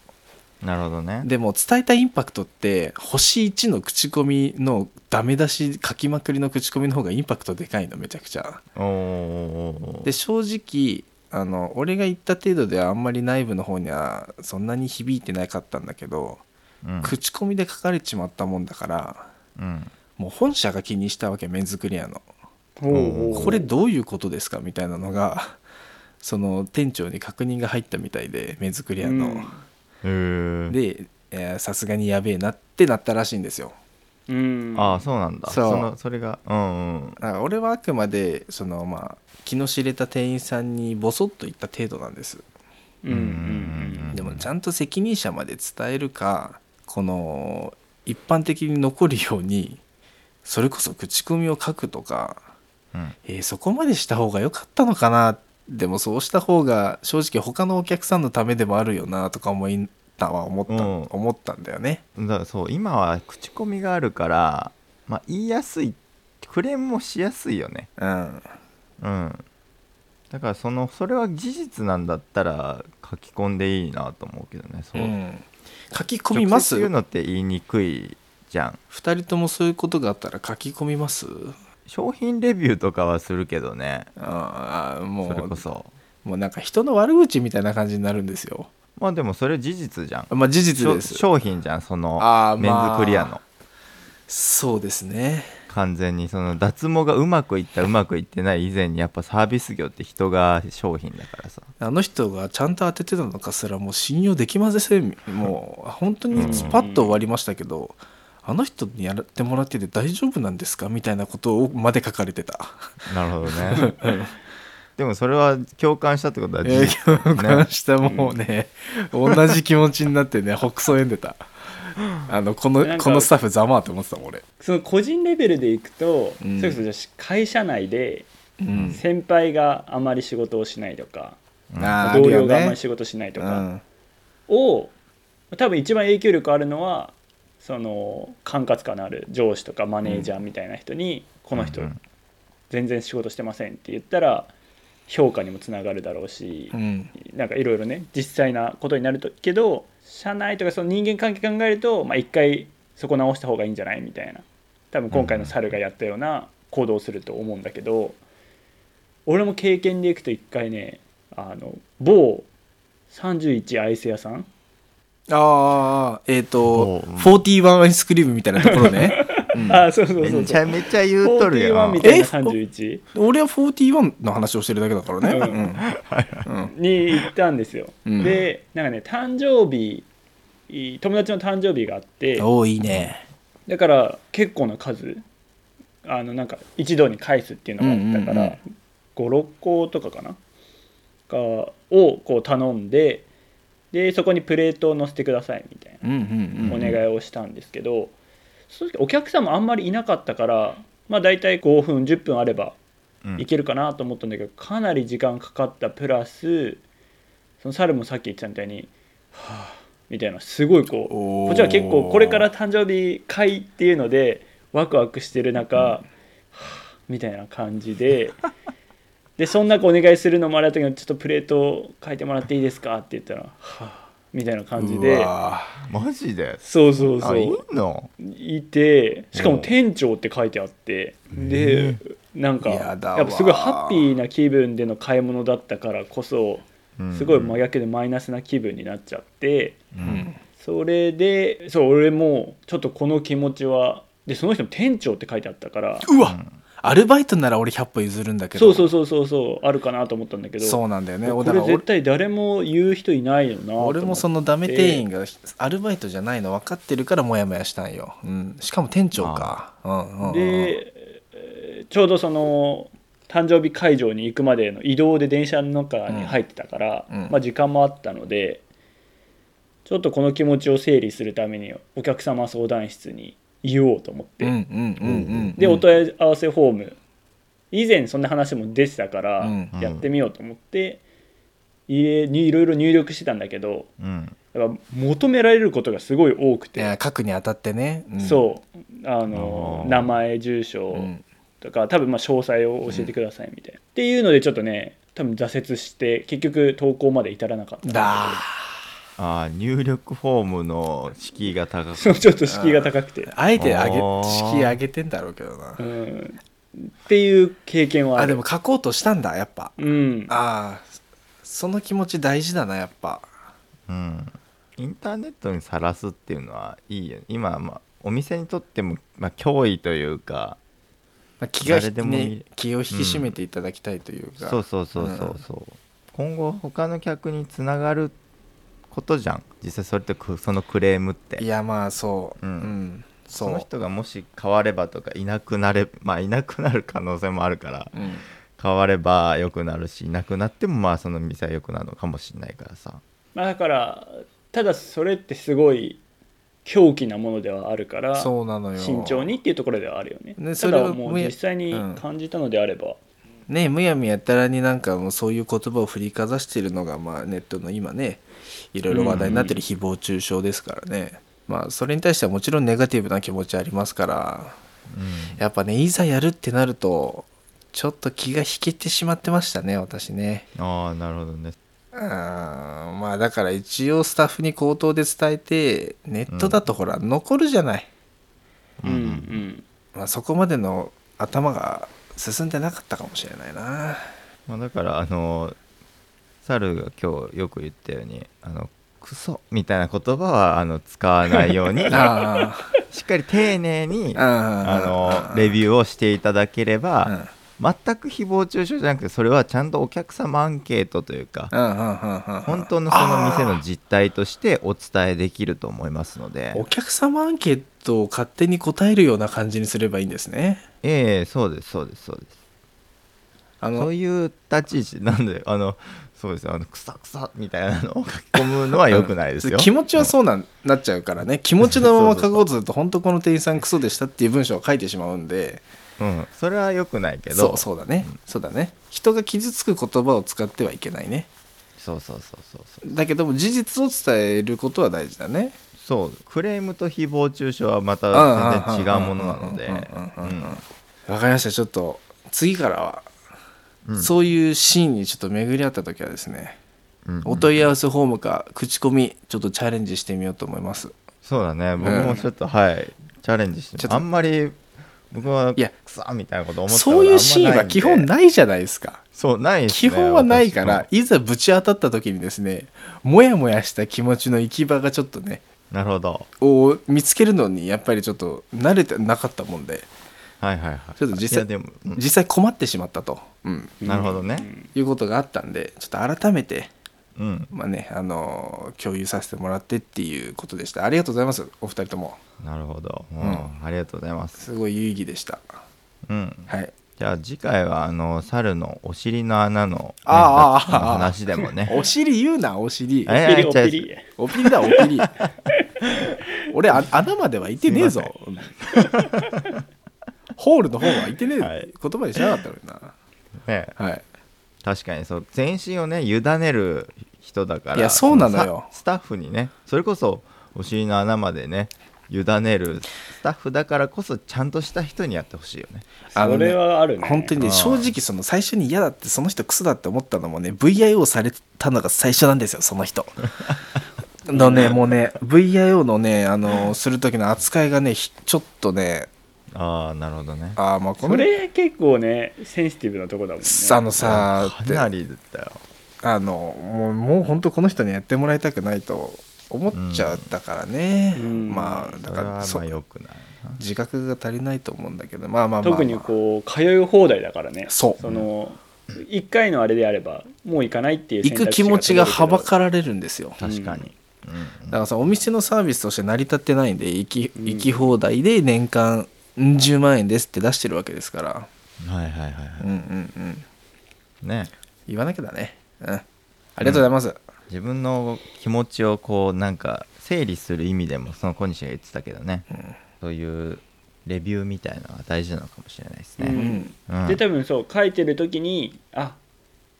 [SPEAKER 2] うんなるほどね
[SPEAKER 4] でも伝えたインパクトって星1の口コミのダメ出し書きまくりの口コミの方がインパクトでかいのめちゃくちゃ
[SPEAKER 2] おーおーおー
[SPEAKER 4] で正直あの俺が言った程度ではあんまり内部の方にはそんなに響いてなかったんだけど、
[SPEAKER 2] うん
[SPEAKER 4] 口コミで書かれちまったもんだから
[SPEAKER 2] うん
[SPEAKER 4] もう本社が気にしたわけ麺作り屋の
[SPEAKER 3] ーおー
[SPEAKER 4] これどういうことですかみたいなのがその店長に確認が入ったみたいで麺作り屋の、
[SPEAKER 2] へー
[SPEAKER 4] でえーさすがにやべえなってなったらしいんですよ
[SPEAKER 3] うん
[SPEAKER 2] ああそうなんだ
[SPEAKER 4] そう
[SPEAKER 2] そのそれがうんうん
[SPEAKER 4] だから俺はあくまでそのまあ気の知れた店員さんにボソッと言った程度なんです
[SPEAKER 3] うんうん
[SPEAKER 4] でもちゃんと責任者まで伝えるかこの一般的に残るようにそれこそ口コミを書くとか、
[SPEAKER 2] うん
[SPEAKER 4] えーそこまでした方が良かったのかなでもそうした方が正直他のお客さんのためでもあるよなとか思いたは思った、
[SPEAKER 2] うん
[SPEAKER 4] 思ったんだよね。
[SPEAKER 2] だからそう今は口コミがあるから、まあ、言いやすいクレームもしやすいよね
[SPEAKER 4] うん、
[SPEAKER 2] うんだからそのそれは事実なんだったら書き込んでいいなと思うけどねそう、
[SPEAKER 4] うん書き込みま
[SPEAKER 2] 直接
[SPEAKER 4] す
[SPEAKER 2] 言うのって言いにくいじゃん
[SPEAKER 4] 二人ともそういうことがあったら書き込みます
[SPEAKER 2] 商品レビューとかはするけどね
[SPEAKER 4] ああも
[SPEAKER 2] それこ
[SPEAKER 4] う
[SPEAKER 2] そ
[SPEAKER 4] もうなんか人の悪口みたいな感じになるんですよ。
[SPEAKER 2] まあでもそれ事実じゃん
[SPEAKER 4] まあ事実です。
[SPEAKER 2] 商商品じゃんその
[SPEAKER 4] あー
[SPEAKER 2] メン
[SPEAKER 4] まあ
[SPEAKER 2] ズクリアの
[SPEAKER 4] そうですね。
[SPEAKER 2] 完全にその脱毛がうまくいったうまくいってない以前にやっぱサービス業って人が商品だからさ
[SPEAKER 4] あの人がちゃんと当ててたのかすらもう信用できませんもう本当にスパッと終わりましたけど、あの人にやってもらってて大丈夫なんですかみたいなことをまで書かれてた
[SPEAKER 2] なるほどね *laughs* でもそれは共感したってことは
[SPEAKER 4] *laughs*
[SPEAKER 2] 事
[SPEAKER 4] 影
[SPEAKER 2] 実
[SPEAKER 4] 響感したもうね、同じ気持ちになってねほくそ笑んでたあのこ
[SPEAKER 3] な
[SPEAKER 4] の
[SPEAKER 3] んか
[SPEAKER 4] このスタッフざまあって思ってたもん俺、
[SPEAKER 3] その個人レベルでいくと、
[SPEAKER 4] うん
[SPEAKER 3] それこそじゃあ会社内で
[SPEAKER 4] うん、
[SPEAKER 3] 先輩があまり仕事をしないとか、
[SPEAKER 4] あー
[SPEAKER 3] 同僚が
[SPEAKER 4] る
[SPEAKER 3] あま
[SPEAKER 4] よ
[SPEAKER 3] り
[SPEAKER 4] ね
[SPEAKER 3] 仕事しないと
[SPEAKER 4] う
[SPEAKER 3] か
[SPEAKER 4] ん、
[SPEAKER 3] を、多分一番影響力あるのはその管轄下のある上司とかマネージャーみたいな人に、この人
[SPEAKER 2] うんうん
[SPEAKER 3] 全然仕事してませんって言ったら評価にもつながるだろうし
[SPEAKER 4] う、ん
[SPEAKER 3] なんかいろいろね実際なことになるとけど社内とかその人間関係考えるとまあ、一回そこ直した方がいいんじゃないみたいな多分今回の猿がやったような行動をすると思うんだけど、俺も経験でいくと一回ねあの某31アイス屋さん
[SPEAKER 4] ああえっ、ー、
[SPEAKER 2] お
[SPEAKER 4] と
[SPEAKER 2] う
[SPEAKER 4] 41アイスクリームみたいなところね、うん
[SPEAKER 3] あそうそうそ
[SPEAKER 2] め
[SPEAKER 3] う
[SPEAKER 2] ち
[SPEAKER 3] そう
[SPEAKER 2] ゃめちゃ言うとるや
[SPEAKER 3] 41
[SPEAKER 2] ん
[SPEAKER 3] みたいな31
[SPEAKER 4] 俺は41の話をしてるだけだからね、
[SPEAKER 3] うん
[SPEAKER 4] うん
[SPEAKER 3] に行ったんですよ、
[SPEAKER 4] うん
[SPEAKER 3] でなんかね誕生日友達の誕生日があって
[SPEAKER 4] おおいいね
[SPEAKER 3] だから結構な数あのなんか一度に返すっていうのがあったから、
[SPEAKER 4] うんうん
[SPEAKER 3] 56個とかかながをこう頼んででそこにプレートを乗せてくださいみたい
[SPEAKER 4] うんうん
[SPEAKER 3] な
[SPEAKER 4] うん
[SPEAKER 3] お願いをしたんですけど、その時お客さんもあんまりいなかったからまあ大体5分10分あれば
[SPEAKER 2] うん
[SPEAKER 3] いけるかなと思ったんだけど、かなり時間かかったプラスその猿もさっき言ってたみたいに「はあ」みたいなすごいこう
[SPEAKER 4] おー
[SPEAKER 3] こっちは結構これから誕生日会っていうのでワクワクしてる中、はあみたいな感じででそんな子お願いするのもあれだったけどちょっとプレートを書いてもらっていいですかって言ったら「はあみたいな感じ
[SPEAKER 4] う
[SPEAKER 3] で
[SPEAKER 4] わ
[SPEAKER 2] マジで
[SPEAKER 3] そうそうそ
[SPEAKER 2] あいいうの
[SPEAKER 3] いてしか
[SPEAKER 2] お
[SPEAKER 3] も
[SPEAKER 2] う
[SPEAKER 3] 店長って書いてあってでなんかや
[SPEAKER 4] や
[SPEAKER 3] っ
[SPEAKER 4] だわ
[SPEAKER 3] ぱすごいハッピーな気分での買い物だったからこそ
[SPEAKER 2] うん
[SPEAKER 3] すごい真逆でマイナスな気分になっちゃって。
[SPEAKER 4] ーうん
[SPEAKER 3] それでそう俺もちょっとこの気持ちはでその人も店長って書いてあったから
[SPEAKER 4] うわ、アルバイトなら俺100歩譲るんだけど
[SPEAKER 3] そうそうそうそうそうあるかなと思ったんだけど
[SPEAKER 4] そうなんだよね
[SPEAKER 3] こ
[SPEAKER 4] だか
[SPEAKER 3] れ
[SPEAKER 4] ら俺
[SPEAKER 3] 絶対誰も言う人いないよなと思って
[SPEAKER 4] 俺もそのダメ店員がアルバイトじゃないの分かってるからモヤモヤしたんよ、うん、しかも店長か、うんうんうん、
[SPEAKER 3] でえーちょうどその誕生日会場に行くまでの移動で電車の中に入ってたから、
[SPEAKER 4] うんうん
[SPEAKER 3] まあ、時間もあったのでちょっとこの気持ちを整理するためにお客様相談室に言おうと思って
[SPEAKER 4] うんうんうんうん
[SPEAKER 3] でお問い合わせフォーム以前そんな話も出てたから
[SPEAKER 4] うん
[SPEAKER 2] うん
[SPEAKER 3] やってみようと思って入れにいろいろ入力してたんだけど
[SPEAKER 2] うん
[SPEAKER 3] やっぱ求められることがすごい多く
[SPEAKER 4] い
[SPEAKER 3] て
[SPEAKER 4] や書くにあたってね、うん
[SPEAKER 3] そうあの
[SPEAKER 2] あー
[SPEAKER 3] 名前住所
[SPEAKER 4] うん
[SPEAKER 3] とか多分まあ詳細を教えてくださいみたいなっていうのでちょっとね多分挫折して結局投稿まで至らなかった
[SPEAKER 4] だ
[SPEAKER 2] あー入力フォームの敷居が高く
[SPEAKER 3] そう *laughs* ちょっと敷居が高くて
[SPEAKER 4] ーあえて上げ
[SPEAKER 2] あー
[SPEAKER 4] 敷居上げてんだろうけどな
[SPEAKER 3] うんっていう経験はある
[SPEAKER 4] あでも書こうとしたんだやっぱ
[SPEAKER 3] うん
[SPEAKER 4] ああその気持ち大事だなやっぱ
[SPEAKER 2] うん、インターネットにさらすっていうのはいいよね今、まあ、お店にとっても、まあ、脅威というか
[SPEAKER 4] まあ気が、
[SPEAKER 2] 誰でも見る
[SPEAKER 4] ね、気を引き締めていただきたいというか、
[SPEAKER 2] そうそうそうそうそう、今後他の客につながることじゃん実際それとくそのクレームって
[SPEAKER 4] いやまあそう
[SPEAKER 2] う
[SPEAKER 4] うんん、
[SPEAKER 2] そ
[SPEAKER 4] そう
[SPEAKER 2] の人がもし変わればとかいなくなれまあいなくなる可能性もあるから
[SPEAKER 4] うん
[SPEAKER 2] 変われば良くなるしいなくなってもまあその店は良くなるのかもしれないからさ
[SPEAKER 3] まあだからただそれってすごい狂気なものではあるから
[SPEAKER 4] そうなのよ
[SPEAKER 3] 慎重にっていうところではあるよね
[SPEAKER 4] ね
[SPEAKER 3] た
[SPEAKER 4] それ
[SPEAKER 3] だ
[SPEAKER 4] は
[SPEAKER 3] もう
[SPEAKER 4] むや
[SPEAKER 3] 実際に
[SPEAKER 4] うん
[SPEAKER 3] 感じたのであれば、
[SPEAKER 4] ねむやみやたらになんかもうそういう言葉を振りかざしているのが、まあ、ネットの今ねいろいろ話題になってる誹謗中傷ですからね、まあそれに対してはもちろんネガティブな気持ちありますからやっぱねいざやるってなるとちょっと気が引けてしまってましたね私ね
[SPEAKER 2] ああなるほどね
[SPEAKER 4] うーんまあだから一応スタッフに口頭で伝えてネットだとほら残るじゃない、
[SPEAKER 3] うんうん
[SPEAKER 4] まあ、そこまでの頭が進んでなかったかもしれないな
[SPEAKER 2] まあ、だからあの猿が今日よく言ったようにあのクソみたいな言葉はあの使わないように *laughs*
[SPEAKER 4] あ
[SPEAKER 2] しっかり丁寧に
[SPEAKER 4] ああ
[SPEAKER 2] あのレビューをしていただければ、
[SPEAKER 4] うん
[SPEAKER 2] 全く誹謗中傷じゃなくてそれはちゃんとお客様アンケートというか、
[SPEAKER 4] うんうんうんうん
[SPEAKER 2] 本当のその店の実態としてお伝えできると思いますので
[SPEAKER 4] お客様アンケートを勝手に答えるような感じにすればいいんですね
[SPEAKER 2] ええそうですそうですそうです
[SPEAKER 4] あ
[SPEAKER 2] そう
[SPEAKER 4] の
[SPEAKER 2] いう立ち位置なんであのそうですあのクサクサみたいなのを書き込むのは良くないですよ
[SPEAKER 4] 気持ちはそうなんなっちゃうからね気持ちのまま書こうとすると本当この店員さんクソでしたっていう文章を書いてしまうんで
[SPEAKER 2] うん、それは良くないけど
[SPEAKER 4] そうそうだね、そうだね人が傷つく言葉を使ってはいけないね
[SPEAKER 2] そうそうそうそうそう
[SPEAKER 4] だけども事実を伝えることは大事だね
[SPEAKER 2] そうクレームと誹謗中傷はまた全然違うものなので
[SPEAKER 4] うんうんうんうんうんうん
[SPEAKER 2] うん
[SPEAKER 4] わかりましたちょっと次からは、
[SPEAKER 2] うん
[SPEAKER 4] そういうシーンにちょっと巡り合った時はですね、
[SPEAKER 2] うんうん
[SPEAKER 4] お問い合わせフォームか口コミちょっとチャレンジしてみようと思います
[SPEAKER 2] そうだね僕もちょっと、はいチャレンジして
[SPEAKER 4] ちょっと
[SPEAKER 2] あんまり僕はい
[SPEAKER 4] や
[SPEAKER 2] クソみたいなこと思ったこと
[SPEAKER 4] そういうシーンは基本
[SPEAKER 2] い
[SPEAKER 4] ないじゃないですか
[SPEAKER 2] そうないです
[SPEAKER 4] 基
[SPEAKER 2] ね
[SPEAKER 4] 本はないから
[SPEAKER 2] 私
[SPEAKER 4] いざぶち当たった時にですねもやもやした気持ちの行き場がちょっとね
[SPEAKER 2] もなるほど
[SPEAKER 4] を見つけるのにやっぱりちょっと慣れてなかったもんで
[SPEAKER 2] はいはいはい
[SPEAKER 4] ちょっと実
[SPEAKER 2] いや
[SPEAKER 4] 際
[SPEAKER 2] でも、うん
[SPEAKER 4] 実際困ってしまったと、うん、
[SPEAKER 2] なるほどね
[SPEAKER 4] いうことがあったんでちょっと改めて
[SPEAKER 2] うん
[SPEAKER 4] まあね、あのー共有させてもらってっていうことでした。ありがとうございます、お二人とも。
[SPEAKER 2] なるほど、うん
[SPEAKER 4] ん
[SPEAKER 2] ありがとうございます、
[SPEAKER 4] すごい有意義でした。
[SPEAKER 2] うん、
[SPEAKER 4] はい。
[SPEAKER 2] じゃあ次回はあの猿のお尻の穴の,、ね、
[SPEAKER 4] あーあーあー
[SPEAKER 2] の話でもね
[SPEAKER 4] *laughs* お尻言うな、お尻。
[SPEAKER 2] え
[SPEAKER 3] ピリオピ
[SPEAKER 2] 違
[SPEAKER 3] リ
[SPEAKER 4] おぴりだ、おぴり。俺、あ穴までは行ってねえぞ。ホールの方は行ってねえ、
[SPEAKER 2] はい
[SPEAKER 4] 言葉にしなかったのにな。
[SPEAKER 2] ね
[SPEAKER 4] はい。
[SPEAKER 2] 確かにそう全身をね委ねる人だから
[SPEAKER 4] いやそうなのよ
[SPEAKER 2] さスタッフにねそれこそお尻の穴までね委ねるスタッフだからこそちゃんとした人にやってほしいよね
[SPEAKER 4] あ
[SPEAKER 3] ア
[SPEAKER 4] の
[SPEAKER 3] そ
[SPEAKER 4] ね
[SPEAKER 3] れはあるね
[SPEAKER 4] 本当にね、
[SPEAKER 2] うん
[SPEAKER 4] 正直、その最初に嫌だって、その人クソだって思ったのもね、VIO されたのが最初なんですよ、その
[SPEAKER 3] *laughs*
[SPEAKER 4] 人。のね、もうね、VIO のね、あの、する時の扱いがね、ひちょっとね、
[SPEAKER 2] ああなるほどね
[SPEAKER 4] あーまあこ
[SPEAKER 3] そ
[SPEAKER 4] の
[SPEAKER 3] れ結構ねセンシティブなとこだもんね
[SPEAKER 4] あのさ
[SPEAKER 2] か
[SPEAKER 4] で
[SPEAKER 2] なりだよ
[SPEAKER 4] あのもうもう本当この人にやってもらいたくないと思っちゃったからね、
[SPEAKER 3] うん
[SPEAKER 4] まあだ
[SPEAKER 2] そ
[SPEAKER 4] か
[SPEAKER 2] れ
[SPEAKER 4] ら
[SPEAKER 2] は
[SPEAKER 4] そ
[SPEAKER 2] まあよくないな
[SPEAKER 4] 自覚が足りないと思うんだけどまあまあまあ、まあ、
[SPEAKER 3] 特にこう通い放題だからね
[SPEAKER 4] そう
[SPEAKER 3] の1回のあれであればもう行かないっていう
[SPEAKER 4] 行
[SPEAKER 3] 選
[SPEAKER 4] く
[SPEAKER 3] 択
[SPEAKER 4] 気
[SPEAKER 3] 肢
[SPEAKER 4] 持ちがはば
[SPEAKER 3] 取れる
[SPEAKER 4] かられるんですよ
[SPEAKER 2] 確かに、うん
[SPEAKER 4] だからさお店のサービスとして成り立ってないんで行き行き放題で年間ん10万円ですって出してるわけですから
[SPEAKER 2] はいはいはいは
[SPEAKER 4] うんうんうん
[SPEAKER 2] いね
[SPEAKER 4] 言わなきゃだねうんありがとうございます、
[SPEAKER 2] 自分の気持ちをこうなんか整理する意味でもその小西が言ってたけどね、そういうレビューみたいなのが大事なのかもしれないです
[SPEAKER 3] けど
[SPEAKER 2] ね、うん
[SPEAKER 3] うんで多分そう書いてる時にあ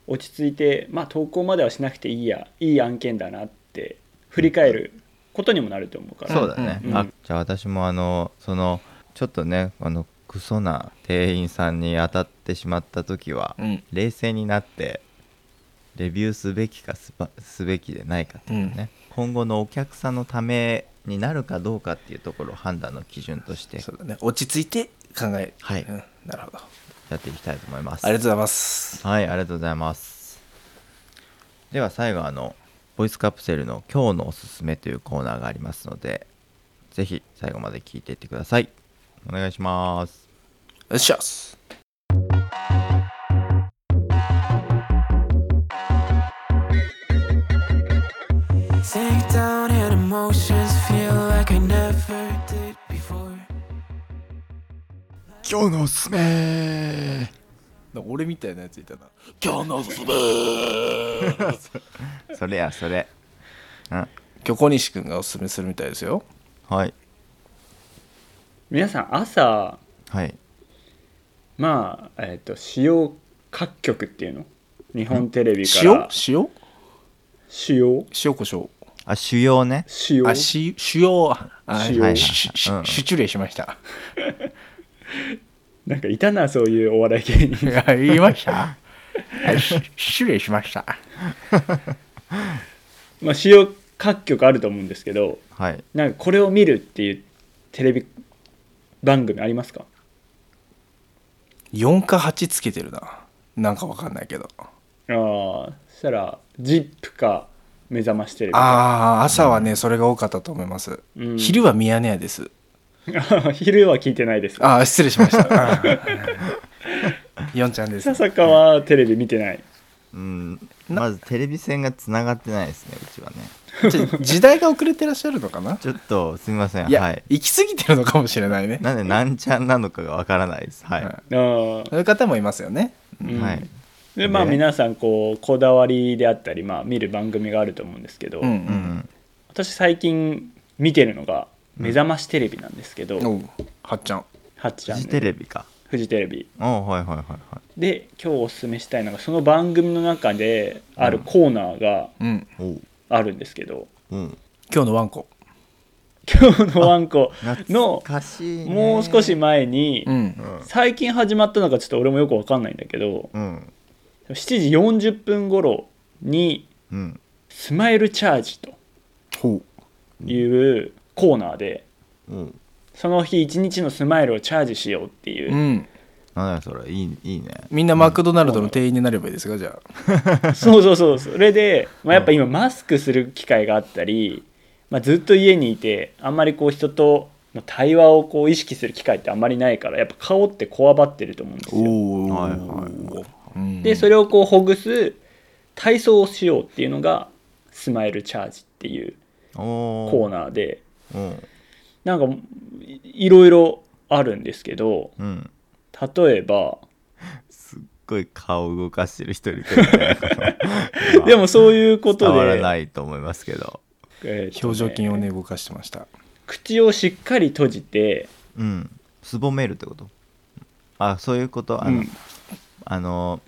[SPEAKER 3] 落ち着いてまあ投稿まではしなくていいやいい案件だなって振り返ることにもなると思うから
[SPEAKER 2] そうだね、
[SPEAKER 3] うんうん
[SPEAKER 2] あじゃあ私もあのそのちょっとねあのクソな店員さんに当たってしまった時は、
[SPEAKER 4] うん
[SPEAKER 2] 冷静になってレビューすべきかすばすべきでないかっていうね、今後のお客さんのためになるかどうかっていうところを判断の基準として
[SPEAKER 4] そうだね落ち着いて考える
[SPEAKER 2] はい
[SPEAKER 4] うん、なるほど
[SPEAKER 2] やっていきたいと思います。
[SPEAKER 4] ありがとうございます。
[SPEAKER 2] はい、ありがとうございます。では最後あのボイスカプセルの今日のおすすめというコーナーがありますので、ぜひ最後まで聞いていってください。お願いします。
[SPEAKER 4] よっしゃっす。
[SPEAKER 7] Take down and emotions feel like I never did before.
[SPEAKER 2] 今日のおすすめ。
[SPEAKER 4] 俺みたいなやついたな。
[SPEAKER 2] それやそれ。うん。
[SPEAKER 4] *laughs* 今日小西くんがおすすめするみたいですよ。
[SPEAKER 2] はい
[SPEAKER 3] 皆さん朝
[SPEAKER 2] はい。
[SPEAKER 3] まあえっ、と主要各局っていうの日本テレビか
[SPEAKER 4] 塩
[SPEAKER 3] ら
[SPEAKER 4] 塩
[SPEAKER 3] 主要
[SPEAKER 4] 塩胡椒。
[SPEAKER 2] あ主要ね。
[SPEAKER 3] 主要
[SPEAKER 4] あ、し塩。あ
[SPEAKER 3] 塩
[SPEAKER 4] はいしし
[SPEAKER 2] うん
[SPEAKER 4] し失礼しました。
[SPEAKER 3] なんかいたなそういうお笑い芸人
[SPEAKER 4] いや言いました。はいし失礼しました。
[SPEAKER 3] まあ主要各局あると思うんですけど
[SPEAKER 2] はい。
[SPEAKER 3] なんかこれを見るっていうテレビ番組ありますか
[SPEAKER 4] 4か8つけてるな。なんかわかんないけど。
[SPEAKER 3] ああそしたら「ZIP」か目覚ましテレビ
[SPEAKER 4] ああ朝はねそれが多かったと思います、
[SPEAKER 3] うん
[SPEAKER 4] 昼はミヤネ屋です
[SPEAKER 3] *laughs* 昼は聞いてないです
[SPEAKER 4] ああ失礼しました *laughs* ヨンちゃんです
[SPEAKER 3] 笹香はテレビ見てない
[SPEAKER 2] うんまずテレビ線がつながってないですねうちはね
[SPEAKER 4] ちょ時代が遅れてらっしゃるのかな
[SPEAKER 2] ちょっとすみません
[SPEAKER 4] いや、
[SPEAKER 2] はい
[SPEAKER 4] 行き過ぎてるのかもしれないね
[SPEAKER 2] なんでなんちゃんなのかがわからないですはい、
[SPEAKER 4] は
[SPEAKER 3] あー
[SPEAKER 4] そういう方もいますよね
[SPEAKER 3] うん
[SPEAKER 2] はい
[SPEAKER 3] でまあ
[SPEAKER 2] ね
[SPEAKER 3] 皆さんこうこだわりであったり、まあ、見る番組があると思うんですけど、
[SPEAKER 4] うん
[SPEAKER 2] うんうん
[SPEAKER 3] 私最近見てるのが「目覚ましテレビ」なんですけど、
[SPEAKER 4] うんおうはっちゃん
[SPEAKER 3] はっ
[SPEAKER 2] フ
[SPEAKER 3] ちゃん
[SPEAKER 2] ジ
[SPEAKER 3] ね
[SPEAKER 2] テレビか
[SPEAKER 3] フジテレビ
[SPEAKER 2] おうはいはいはいはい
[SPEAKER 3] で今日おすすめしたいのがその番組の中であるコーナーが
[SPEAKER 4] うん
[SPEAKER 2] おう
[SPEAKER 3] あるんですけど
[SPEAKER 2] うん
[SPEAKER 4] 今日のワンコ
[SPEAKER 3] 今日のワンコ
[SPEAKER 2] 懐
[SPEAKER 3] の
[SPEAKER 2] かしいね
[SPEAKER 3] もう少し前に
[SPEAKER 4] うん
[SPEAKER 3] 最近始まったのかちょっと俺もよくわかんないんだけど
[SPEAKER 2] うん
[SPEAKER 3] 7時40分頃に
[SPEAKER 2] うん
[SPEAKER 3] 「スマイルチャージ」と
[SPEAKER 4] ほ
[SPEAKER 3] いうコーナーで
[SPEAKER 2] うん
[SPEAKER 3] その日一日のスマイルをチャージしようっていうう、
[SPEAKER 4] ん
[SPEAKER 2] なんだそれいいいいね
[SPEAKER 4] みんなマクドナルドの店員になればいいですかじゃあ
[SPEAKER 3] そうそうそうそれで、まあ、やっぱ今マスクする機会があったり、まあ、ずっと家にいてあんまりこう人との対話をこう意識する機会ってあんまりないからやっぱ顔ってこわばってると思うんですよ
[SPEAKER 4] お
[SPEAKER 2] はいはい
[SPEAKER 3] でそれをこうほぐす体操をしようっていうのがスマイルチャージっていう
[SPEAKER 2] お
[SPEAKER 3] コー
[SPEAKER 2] ー
[SPEAKER 3] ナーで
[SPEAKER 2] うん
[SPEAKER 3] なんかいいろいろあるんですけど
[SPEAKER 2] うん
[SPEAKER 3] 例えば
[SPEAKER 2] すっごい顔動かしてる人いるけど *laughs* ね
[SPEAKER 3] でもそういうこ
[SPEAKER 2] 伝
[SPEAKER 3] と
[SPEAKER 2] わら
[SPEAKER 3] で、
[SPEAKER 2] ないと思いますけど
[SPEAKER 3] えーっとね
[SPEAKER 4] 表情筋をね動かしてました
[SPEAKER 3] 口をしっかり閉じて
[SPEAKER 2] うんすぼめるってことあそういうことあの、
[SPEAKER 3] うん
[SPEAKER 2] あの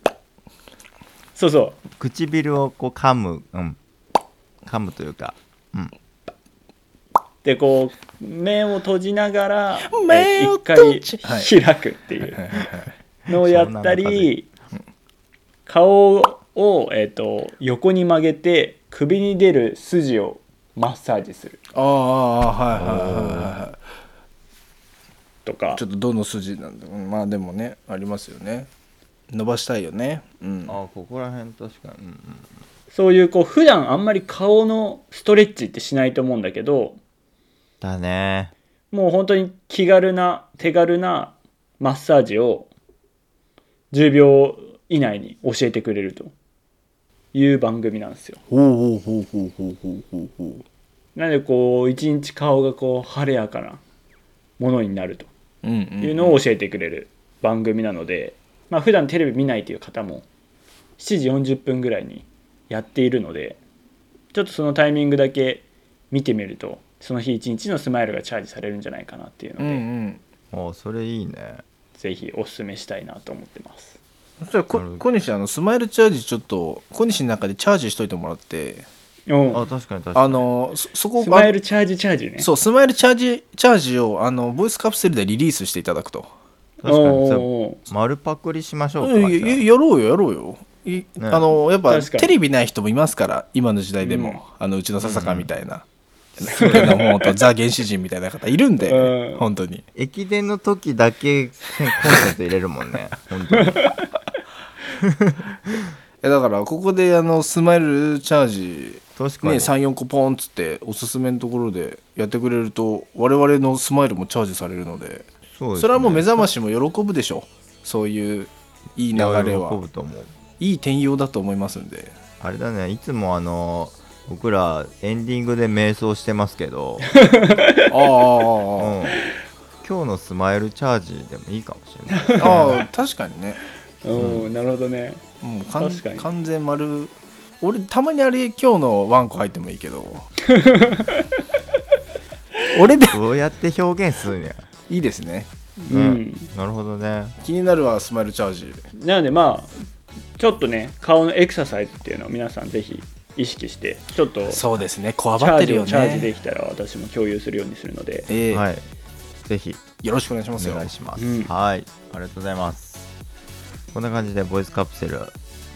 [SPEAKER 3] そうそう
[SPEAKER 2] 唇をこう噛むうん噛むというかうん
[SPEAKER 3] でこう目を閉じながら
[SPEAKER 4] 目
[SPEAKER 3] えー
[SPEAKER 4] を
[SPEAKER 3] 一回
[SPEAKER 4] 閉じ
[SPEAKER 3] 開くっていうのをやった
[SPEAKER 2] そんな中
[SPEAKER 3] り顔を、えー、と横に曲げて首に出る筋をマッサージする
[SPEAKER 4] ああはいはいはいは
[SPEAKER 3] とか
[SPEAKER 4] いちょっとどの筋なんだうんまあでもねありますよね伸ばしたいよねうん
[SPEAKER 2] あここら辺確かに、うんうん、
[SPEAKER 3] そういうこう普段あんまり顔のストレッチってしないと思うんだけど
[SPEAKER 2] だね
[SPEAKER 3] もう本当に気軽な手軽なマッサージを10秒以内に教えてくれるという番組なんですよ。
[SPEAKER 4] ほうほうほうほうほうほうほう
[SPEAKER 3] なのでこう一日顔がこう晴れやかなものになると
[SPEAKER 4] うん
[SPEAKER 3] いうのを教えてくれる番組なので、まあ普段テレビ見ないという方も7時40分ぐらいにやっているのでちょっとそのタイミングだけ見てみるとその日一日のスマイルがチャージされるんじゃないかなっていうの
[SPEAKER 4] う
[SPEAKER 3] で、
[SPEAKER 4] んうん
[SPEAKER 2] おそれいいね
[SPEAKER 3] ぜひお勧めしたいなと思ってます。
[SPEAKER 4] そしたらこ
[SPEAKER 2] なるほど
[SPEAKER 4] 小西あのスマイルチャージちょっと小西の中でチャージしといてもらって
[SPEAKER 3] うん
[SPEAKER 2] あ確かに確かに
[SPEAKER 4] あのそそこ
[SPEAKER 3] スマイルチャージチャージね。
[SPEAKER 4] そうスマイルチャージチャージをあのボイスカプセルでリリースしていただくと
[SPEAKER 2] 確かにそれ
[SPEAKER 3] おー
[SPEAKER 2] 丸パクリしましょうか
[SPEAKER 4] うん
[SPEAKER 2] じゃあ
[SPEAKER 4] ややろうよやろうよいあのやっぱ
[SPEAKER 3] 確かに
[SPEAKER 4] テレビない人もいますから今の時代でも、うあのうちの笹川みたいな、みたいなもうとザ原始人みたいな方いるんで、
[SPEAKER 3] うん
[SPEAKER 4] 本当に
[SPEAKER 2] 駅伝の時だけコンセント入れるもん
[SPEAKER 4] *laughs*
[SPEAKER 2] ね本当に
[SPEAKER 4] えだからここであのスマイルチャージ
[SPEAKER 2] 確か
[SPEAKER 4] ね、
[SPEAKER 2] に、
[SPEAKER 4] 34個ポンっつっておすすめのところでやってくれると我々のスマイルもチャージされるので
[SPEAKER 2] そうですね
[SPEAKER 4] それはもう目覚ましも喜ぶでしょそういういい流れ
[SPEAKER 2] いや喜
[SPEAKER 4] は
[SPEAKER 2] ぶと思う
[SPEAKER 4] いい転用だと思いますん
[SPEAKER 2] *laughs*
[SPEAKER 4] で
[SPEAKER 2] あれだねいつもあの僕らエンディングで瞑想してますけ
[SPEAKER 4] *laughs*
[SPEAKER 2] ど、
[SPEAKER 4] ああ
[SPEAKER 2] うん、
[SPEAKER 4] あ
[SPEAKER 2] 今日のスマイルチャージでもいいかもしれない
[SPEAKER 4] あああ確かにね
[SPEAKER 3] おーなるほどね。
[SPEAKER 4] もうかん
[SPEAKER 3] 確かに
[SPEAKER 4] 完全丸俺たまにあれ今日のワンコ入ってもいいけど *laughs* 俺で
[SPEAKER 2] どうやって表現するんや、
[SPEAKER 4] いいですね
[SPEAKER 3] う
[SPEAKER 2] うんん、なるほどね
[SPEAKER 4] 気になるはスマイルチャージ
[SPEAKER 3] なのでまあちょっとね顔のエクササイズっていうのを皆さんぜひ意識してちょっとチ
[SPEAKER 4] そうですねこわ
[SPEAKER 3] ャ
[SPEAKER 4] ばっ
[SPEAKER 3] ー
[SPEAKER 4] てる
[SPEAKER 3] ジ
[SPEAKER 4] よ
[SPEAKER 3] をチャージで
[SPEAKER 4] ね
[SPEAKER 3] きたら私も共有するようにするので、
[SPEAKER 4] ええ
[SPEAKER 2] はいぜひ
[SPEAKER 4] よろしくお願いします
[SPEAKER 2] お
[SPEAKER 4] よ
[SPEAKER 2] 願いします、
[SPEAKER 3] うん
[SPEAKER 2] はいありがとうございますこんな感じでボイスカプセル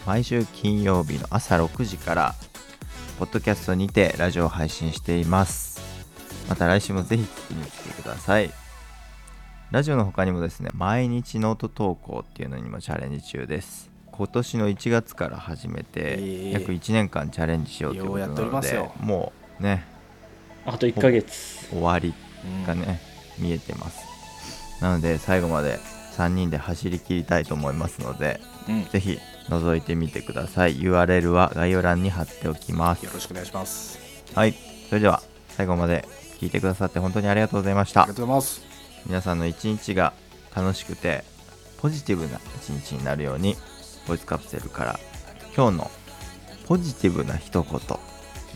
[SPEAKER 2] 毎週金曜日の朝6時からポッドキャストにてラジオを配信していますまた来週もぜひ聞きに来てくださいラジオの他にもですね毎日ノート投稿っていうのにもチャレンジ中です今年の1月から始めて
[SPEAKER 4] え
[SPEAKER 2] 約1年間チャレンジしようということな
[SPEAKER 4] ようやっており
[SPEAKER 2] の
[SPEAKER 4] ます
[SPEAKER 2] で
[SPEAKER 4] よ
[SPEAKER 2] もうね
[SPEAKER 3] あと1ヶ月
[SPEAKER 2] 終わり
[SPEAKER 4] うん
[SPEAKER 2] がね見えてますなので最後まで3人で走り切りたいと思いますので
[SPEAKER 4] うん
[SPEAKER 2] ぜひ覗いてみてください URL は概要欄に貼っておきます
[SPEAKER 4] よろしくお願いします
[SPEAKER 2] はいそれでは最後まで聞いてくださって本当にありがとうございました
[SPEAKER 4] ありがとうございます
[SPEAKER 2] 皆さんの一日が楽しくてポジティブな一日になるようにボイスカプセルから今日のポジティブな一言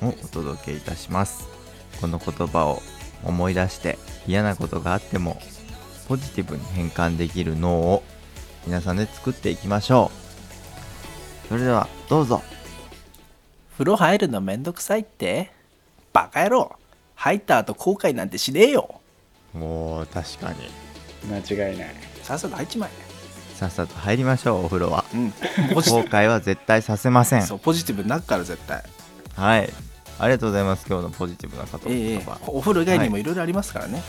[SPEAKER 2] をお届けいたしますこの言葉を思い出して嫌なことがあってもポジティブに変換できる脳を皆さんで作っていきましょうそれではどうぞ
[SPEAKER 4] 風呂入るのめんどくさいってバカ野郎入った後後悔なんてしねえよ
[SPEAKER 2] もう確かに
[SPEAKER 3] 間違いない
[SPEAKER 4] さっさと入っちま
[SPEAKER 2] さっさと入りましょうお風呂は
[SPEAKER 4] えうんポジ
[SPEAKER 2] 後悔は絶対させません
[SPEAKER 4] *laughs* そうポジティブになるから絶対
[SPEAKER 2] はい。ありがとうございます。今日のポジティブな方とか、
[SPEAKER 4] ええお風呂以外にもいろいろありますからね、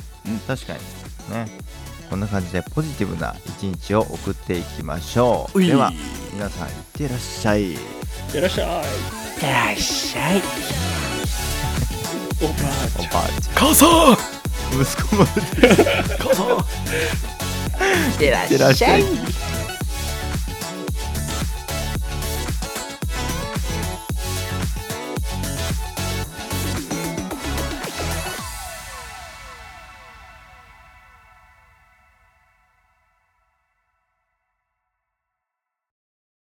[SPEAKER 2] 確かにね。こんな感じでポジティブな一日を送っていきましょう。
[SPEAKER 4] うい
[SPEAKER 2] では皆さんいってらっしゃい。
[SPEAKER 3] よろしゃい
[SPEAKER 4] いってらっしゃい
[SPEAKER 3] おばあ
[SPEAKER 2] お
[SPEAKER 3] ちゃん
[SPEAKER 2] ばあち
[SPEAKER 4] 母さん
[SPEAKER 2] ゃん息子も
[SPEAKER 4] 母さんいってらっしゃい